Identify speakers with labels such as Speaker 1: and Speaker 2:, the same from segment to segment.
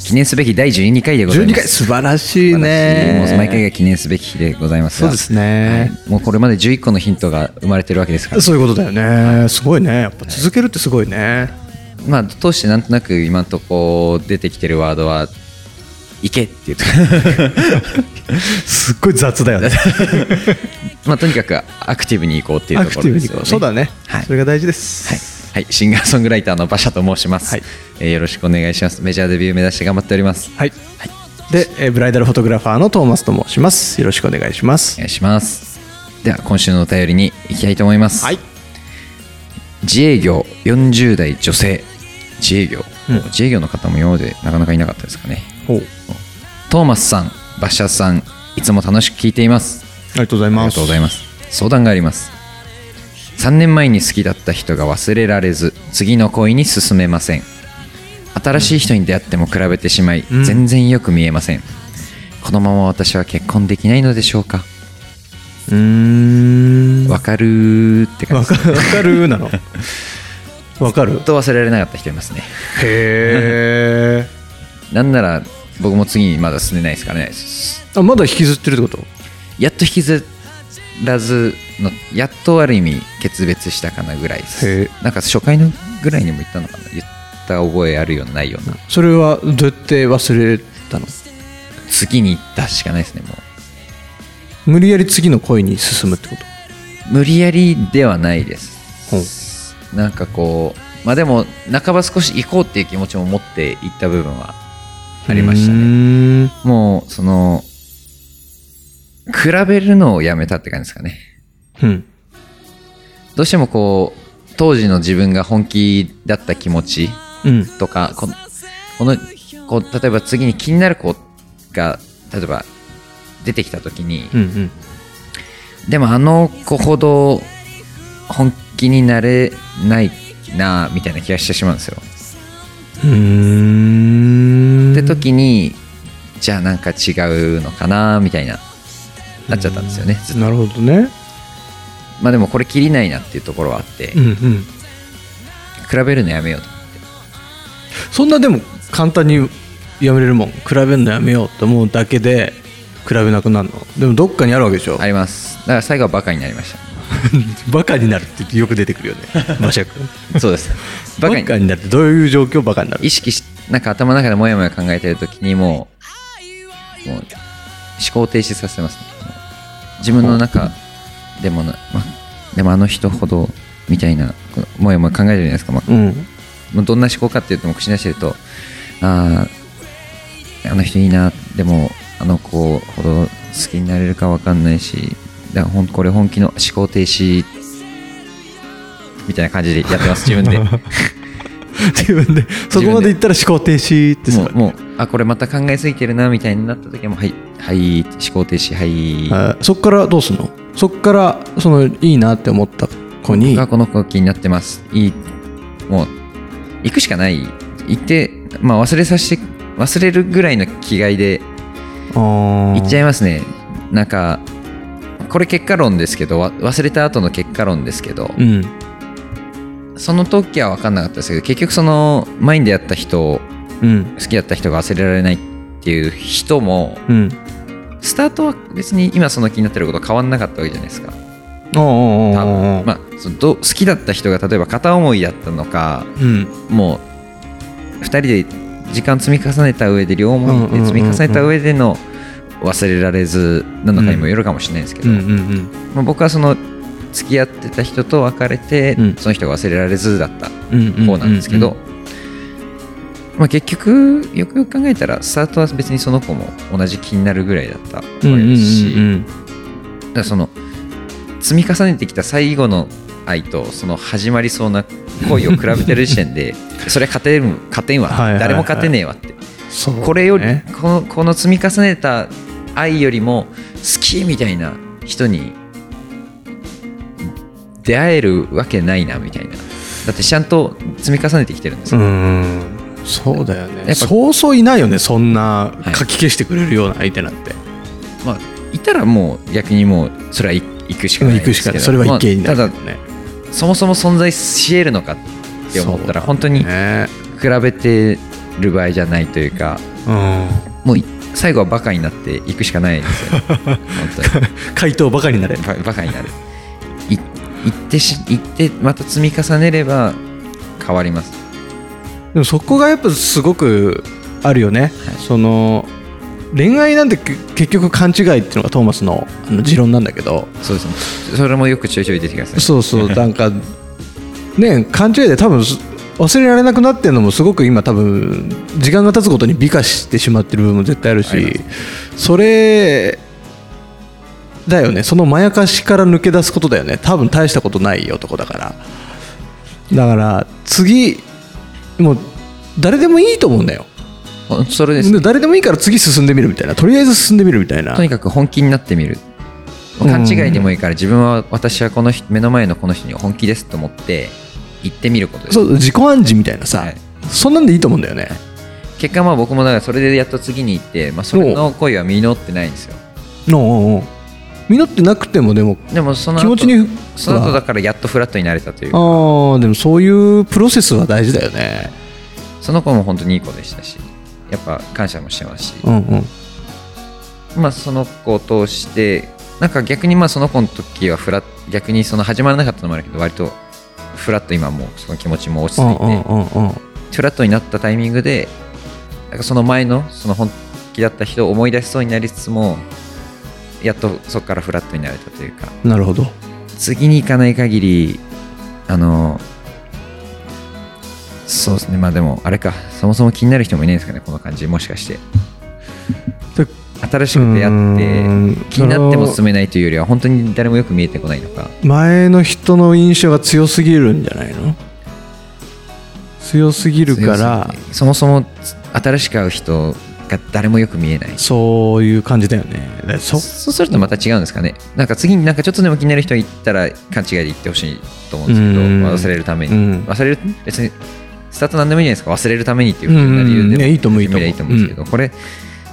Speaker 1: 記念すべき第12回でござい
Speaker 2: 12
Speaker 1: ます
Speaker 2: 回、素晴らしい
Speaker 1: 私もう毎回
Speaker 2: ね。
Speaker 1: が記念すべき日でございます
Speaker 2: そう
Speaker 1: が
Speaker 2: ですね。
Speaker 1: もうこれまで11個のヒントが生まれてるわけですから
Speaker 2: そういうことだよね。すごいね。やっぱ続けるってすごいね。
Speaker 1: まあ通してなんとなく今んとこ出てきてるワードは「いけ」っていうと
Speaker 2: すっごい雑だよね。
Speaker 1: まあとにかくアクティブに行こうっていう
Speaker 2: ア
Speaker 1: と
Speaker 2: ク
Speaker 1: こ
Speaker 2: ティ
Speaker 1: ろ
Speaker 2: ブ
Speaker 1: で
Speaker 2: に
Speaker 1: す
Speaker 2: 行
Speaker 1: よ
Speaker 2: こ
Speaker 1: ね
Speaker 2: う。そうだね
Speaker 1: は。い
Speaker 2: それが大事で
Speaker 1: はい
Speaker 2: す。、
Speaker 1: はい、シンガーソングライターの馬車と申します、
Speaker 2: はい
Speaker 1: えーよろしくお願いしますメジャーデビュー目指して頑張っております
Speaker 2: はい。で、えーブライダルフォトグラファーのトーマスと申します。よろしくお願いしま
Speaker 1: お
Speaker 2: す。
Speaker 1: 願いしますでは今週のお便りに行きたいと思います、
Speaker 2: はい。
Speaker 1: 自営業40代女性自営業、
Speaker 2: うん
Speaker 1: 自営業の方も今までなかなかいなかったですかね
Speaker 2: ほう。
Speaker 1: トーマスさんバッシャーさんいつも楽しく聞いています
Speaker 2: ありがとうござい
Speaker 1: あり
Speaker 2: ま
Speaker 1: が
Speaker 2: す。
Speaker 1: とうございます相談があります3年前に好きだった人が忘れられず次の恋に進めません新しい人に出会っても比べてしまい、
Speaker 2: ん
Speaker 1: 全然よく見えませんこのまま私は結婚できないのでしょうか
Speaker 2: うー ん。
Speaker 1: わ
Speaker 2: わ
Speaker 1: かるーって感じ
Speaker 2: か
Speaker 1: です
Speaker 2: わかる なの。わかる
Speaker 1: ずっ。と忘れられなかった人いますね
Speaker 2: へえ。
Speaker 1: なんなら僕も次にまだ進んでないですからね
Speaker 2: あ、まだ引きずってるってこと
Speaker 1: やっと引きずらずのやっとある意味決別したかなぐらいです
Speaker 2: へえ
Speaker 1: なんか初回のぐらいにも言ったのかな言った覚えあるようなないような
Speaker 2: それはどうやって忘れたの
Speaker 1: 次に行ったしかないですねも
Speaker 2: 無理やり次の恋に進むってこと
Speaker 1: う無理やりではないです
Speaker 2: ほう
Speaker 1: なんかこうまあでも半ば少し行こうっていう気持ちも持って行った部分はありましたね
Speaker 2: ね
Speaker 1: もうその比べるのをやめたって感じですかね
Speaker 2: うん
Speaker 1: どうしてもこう当時の自分が本気だった気持ち
Speaker 2: うん
Speaker 1: とかこのこのこう例えば次に気になる子が例えば出てきた時に、
Speaker 2: うんうん
Speaker 1: でもあの子ほど本気になれないなみたいな気がしてしまうんですよ。
Speaker 2: うん
Speaker 1: って時にじゃあなんか違うのかなみたいななっちゃったんですよね。ずっと
Speaker 2: なるほどね
Speaker 1: まあでもこれきりないなっていうところはあって、
Speaker 2: うんうん
Speaker 1: 比べるのやめようと。
Speaker 2: そんなでも簡単にやめれるもん比べるのやめようと思うだけで比べなくなるのでもどっかにあるわけでしょ、
Speaker 1: あります。だから最後はバカになりまし
Speaker 2: バカになるって言ってよく出てくる よね馬車君
Speaker 1: た。そうです。バカに
Speaker 2: になるってどういう状況バカになる
Speaker 1: 意識しなんか頭の中でもやもや考えてる時にもうもう思考停止させてますね自分の中でもな、ま、でもあの人ほどみたいなこのもやもや考えてるじゃないですか、ま
Speaker 2: うん
Speaker 1: もうどんな思考かっていうともう口に出してるとあああの人いいなでもあの子ほど好きになれるか分かんないしだからほんこれ本気の思考停止みたいな感じでやってます自分で
Speaker 2: 自分でそこまでいったら思考停止って
Speaker 1: も
Speaker 2: さ
Speaker 1: うもうあこれまた考えすぎてるなみたいになった時はもうはいはい思考停止は
Speaker 2: あーそこからどうすんのそこからそのいいなって思った子
Speaker 1: い
Speaker 2: に
Speaker 1: がこの子気になってますいいもう行くしかない行って、まあ、忘れさせて忘れるぐらいの気概で
Speaker 2: 行
Speaker 1: 行っちゃ
Speaker 2: い
Speaker 1: いますねなんかこれ結果論ですけどわ忘れた後の結果論ですけど、
Speaker 2: うん
Speaker 1: その時は分かんなかったですけど結局その前に出会った人
Speaker 2: うん
Speaker 1: 好きだった人が忘れられないっていう人も
Speaker 2: うん
Speaker 1: スタートは別に今その気になってること変わんなかったわけじゃないですか
Speaker 2: おうおうおう
Speaker 1: 多
Speaker 2: お
Speaker 1: 分
Speaker 2: う
Speaker 1: まあそのど好きだった人が例えば片思いだったのか
Speaker 2: うん
Speaker 1: もう2人で時間積み重ねた上で両思いで積み重ねた上での忘れられずなのかにもよるかもしれないですけど、
Speaker 2: うんうんうん
Speaker 1: まあ、僕はその付き合ってた人と別れて、
Speaker 2: うん
Speaker 1: その人が忘れられずだった
Speaker 2: うんうん
Speaker 1: 方なんですけど、まあ、結局よくよく考えたらスタートは別にその子も同じ気になるぐらいだったわ
Speaker 2: う
Speaker 1: け
Speaker 2: んうんうん
Speaker 1: ですし、
Speaker 2: うん
Speaker 1: だからその積み重ねてきた最後の愛とその始まりそうな恋を比べてる時点 でそれ勝てる勝てんわ
Speaker 2: はいはいはい
Speaker 1: 誰も勝てねえわって
Speaker 2: そう
Speaker 1: これより
Speaker 2: ね
Speaker 1: このこの積み重ねた愛よりも好きみたいな人に出会えるわけないなみたいなだってちゃんと積み重ねてきてるんです
Speaker 2: う
Speaker 1: よ、
Speaker 2: んそうだ
Speaker 1: や
Speaker 2: よね
Speaker 1: っぱ
Speaker 2: そうそういないよねそんな
Speaker 1: はい
Speaker 2: かき消してくれるような相手なんて、
Speaker 1: まあいたらもう逆にもうそれはい行くしかない
Speaker 2: 行く
Speaker 1: で
Speaker 2: し
Speaker 1: す
Speaker 2: か
Speaker 1: け
Speaker 2: な
Speaker 1: ど
Speaker 2: いそれは一見になる
Speaker 1: まあ
Speaker 2: よ
Speaker 1: ただ
Speaker 2: ね、
Speaker 1: そもそも存在し得るのかって思ったら本当に比
Speaker 2: ね
Speaker 1: べてる場合じゃないというか
Speaker 2: うん
Speaker 1: もうい最後はバカになって行くしかないですよ ね本当に
Speaker 2: 回答バカになれ
Speaker 1: ババカになるい行ってし行ってまた積み重ねれば変わります
Speaker 2: でもそこがやっぱすごくあるよね、
Speaker 1: はい
Speaker 2: その恋愛なんてけ結局勘違いっていうのがトーマスのあの持論なんだけど
Speaker 1: そうですねそれもよくちょいちょい出てきますね
Speaker 2: そうそう なんかね勘違いで多分す忘れられなくなってるのもすごく今多分時間が経つごとに美化してしまってる部分も絶対ある
Speaker 1: ありま
Speaker 2: しそれだよねそのまやかしから抜け出すことだよね多分大したことない男だからだから次もう誰でもいいと思うんだよ
Speaker 1: あそれです
Speaker 2: で誰でもいいから次進んでみるみたいなとりあえず進んでみるみたいな
Speaker 1: とにかく本気になってみる
Speaker 2: うん
Speaker 1: 勘違いでもいいから自分は私はこの人目の前のこの人に本気ですと思って行ってみることです
Speaker 2: そう自己暗示みたいなさ、
Speaker 1: はい
Speaker 2: そんなんでいいと思うんだよね、
Speaker 1: 結果まあ僕もだからそれでやっと次に行って、まあ、それの恋は実ってないんですよ
Speaker 2: おうおうおう実ってなくてもでも
Speaker 1: でもその
Speaker 2: 気持
Speaker 1: 後
Speaker 2: ちに
Speaker 1: その後だからやっとフラットになれたという
Speaker 2: あーでもそういうプロセスは大事だよね
Speaker 1: その子も本当にいい子でしたしやっぱ感謝もしてますし、
Speaker 2: うんうん
Speaker 1: まあ、その子を通してなんか逆にまあその子の時はフラッ逆にその始まらなかったのもあるけど割とフラット今もうその気持ちも落ち
Speaker 2: う
Speaker 1: 着
Speaker 2: ん
Speaker 1: いて、
Speaker 2: うんうんうん
Speaker 1: フラットになったタイミングでなんかその前のその本気だった人を思い出しそうになりつつもやっとそこからフラットになれたというか
Speaker 2: なるほど
Speaker 1: 次に行かない限りあのそうですねまあでもあれかそもそも気になる人もいないですかねこの感じもしかして
Speaker 2: で
Speaker 1: 新しく出会
Speaker 2: う
Speaker 1: って
Speaker 2: ーん
Speaker 1: 気になっても進めないというよりは本当に誰もよく見えてこないのか
Speaker 2: 前の人の印象が強すぎるんじゃないの強すぎるから
Speaker 1: そもそも新しく会う人が誰もよく見えない
Speaker 2: そういう感じだよねでそ
Speaker 1: そうするとまた違うんですかねなんか次になんかちょっとでも気になる人がいたら勘違いで言ってほしいと思うんですけど、
Speaker 2: うん
Speaker 1: まあ忘れるために、
Speaker 2: うん
Speaker 1: 忘れる別にスタートなんでもいいじゃないですか忘れるためにっていうふうな理由で
Speaker 2: うんうんねいいと思う
Speaker 1: 始めりゃ
Speaker 2: い
Speaker 1: い
Speaker 2: い
Speaker 1: い
Speaker 2: と
Speaker 1: と
Speaker 2: 思
Speaker 1: 思
Speaker 2: う
Speaker 1: うんですけど、これ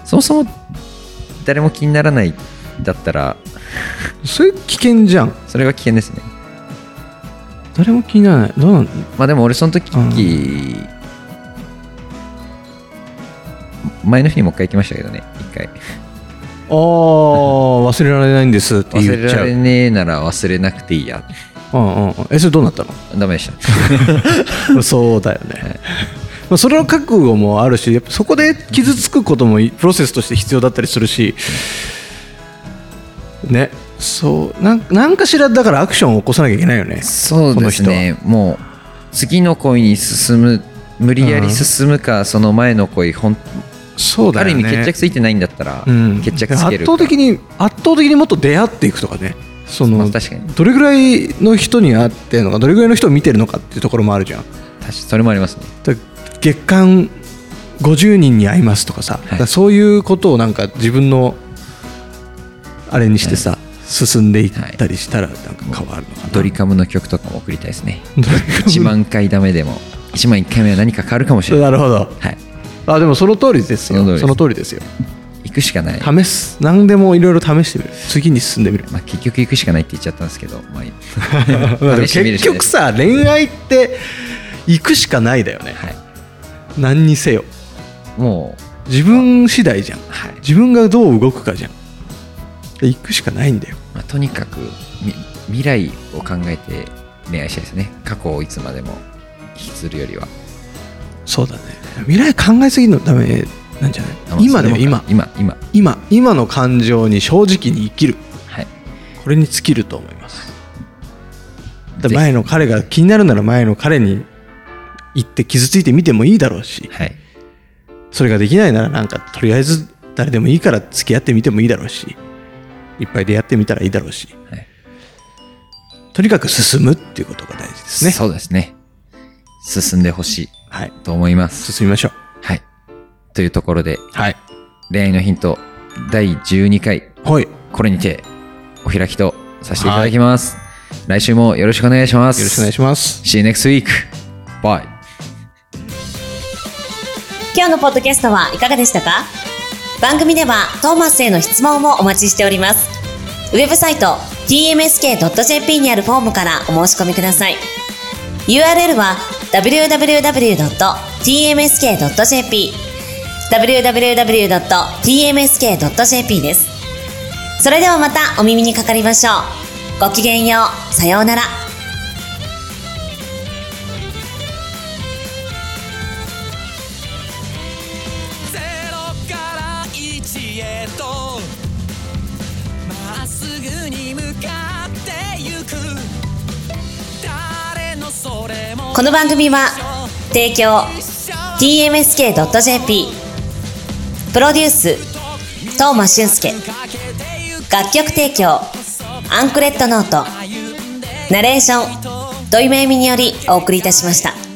Speaker 1: そもそも誰も気にならないだったら
Speaker 2: それ危険じゃん
Speaker 1: それが危険ですね
Speaker 2: 誰も気にならないどうなん
Speaker 1: まあでも俺その時、前の日にもう一回行きましたけどね一回
Speaker 2: ああ忘れられないんですって
Speaker 1: 忘
Speaker 2: 言っ
Speaker 1: れ
Speaker 2: ちゃ
Speaker 1: ら
Speaker 2: う
Speaker 1: れねえなら忘れなくていいや
Speaker 2: うんうんうんえそれどうなったの
Speaker 1: ダメでした
Speaker 2: そうだよね。まあそれの覚悟もあるし、やっぱそこで傷つくこともいプロセスとして必要だったりするし、ね、そうなんなんかしらだからアクションを起こさなきゃいけないよね。
Speaker 1: そうですねもう次の恋に進む無理やり進むか、その前の恋ほん、
Speaker 2: そう
Speaker 1: あ
Speaker 2: だ
Speaker 1: る
Speaker 2: よ
Speaker 1: 意
Speaker 2: ね。
Speaker 1: 味決着ついてないんだったら、
Speaker 2: うん
Speaker 1: 決着つける
Speaker 2: 圧倒的に圧倒的にもっと出会っていくとかね。そ
Speaker 1: ま
Speaker 2: の
Speaker 1: あ確かに
Speaker 2: どれぐらいの人に会ってるのか、どれぐらいの人を見てるのかっていうところもあるじゃん。
Speaker 1: 確かそれもありますね
Speaker 2: だから月間50人に会いますとかさ、だからそういうことをなんか自分のあれにしてさ、進んでいったりしたらなんか変わるのかな、
Speaker 1: ドリカムの曲とかも送りたいですね
Speaker 2: ドリカム
Speaker 1: 1万回ダメでも1万1回目は何か変わるかもしれない、
Speaker 2: なるほど
Speaker 1: はい、
Speaker 2: あでもその通りです
Speaker 1: その
Speaker 2: よ
Speaker 1: 通りです
Speaker 2: その通りですよ
Speaker 1: 行くしかない、
Speaker 2: 試す何でもいろいろ試してみる次に進んでみる
Speaker 1: まあ、結局行くしかないって言っちゃったんですけど、まあいい、
Speaker 2: まあでも
Speaker 1: 試してみる
Speaker 2: 結
Speaker 1: しかない
Speaker 2: 局さ恋愛って行くしかないだよね
Speaker 1: はい、
Speaker 2: 何にせよ
Speaker 1: も
Speaker 2: 自分次第じゃん
Speaker 1: う、はい
Speaker 2: 自分がどう動くかじゃんで行くしかないんだよ
Speaker 1: まあ、とにかくみ未来を考えて恋愛したいですね過去をいつまでも引きずるよりは
Speaker 2: そうだね未来考えすぎるのダメなんじゃ
Speaker 1: あま
Speaker 2: な
Speaker 1: あ
Speaker 2: い今
Speaker 1: それ
Speaker 2: でも
Speaker 1: も
Speaker 2: 今
Speaker 1: 今今
Speaker 2: 今今の感情に正直に生きる
Speaker 1: はい
Speaker 2: これに尽きると思いますだ
Speaker 1: ぜひ
Speaker 2: 前の彼が気になるなら前の彼に行って傷ついてみてもいいだろうし
Speaker 1: はい
Speaker 2: それができないならなんかとりあえず誰でもいいから付き合ってみてもいいだろうしいっぱい出会ってみたらいいだろうし
Speaker 1: はい
Speaker 2: とにかく進むっていうことが大事ですね
Speaker 1: そうですね進んでほしい
Speaker 2: はい
Speaker 1: と思います
Speaker 2: 進みましょう
Speaker 1: はいというところで
Speaker 2: はい
Speaker 1: 恋愛のヒント第12回
Speaker 2: はい
Speaker 1: これにてお開きとさせていただきます来週もよろしくお願いします。
Speaker 2: よろしくお願いします。
Speaker 1: See you next week. Bye.
Speaker 3: 今日のポッドキャストはいかがでしたか番組ではトーマスへの質問もお待ちしております。ウェブサイト tmsk.jp にあるフォームからお申し込みください。URL は www.tmsk.jp www.tmsk.jp です。それではまたお耳にかかりましょう。ごきげんよう。さようなら。
Speaker 4: ゼロから一へとまっすぐに向かってゆく誰のそれも
Speaker 3: この番組は提供 tmsk.jp プロデュース東間俊介楽曲提供アンクレットノートナレーション土井めゆみによりお送りいたしました。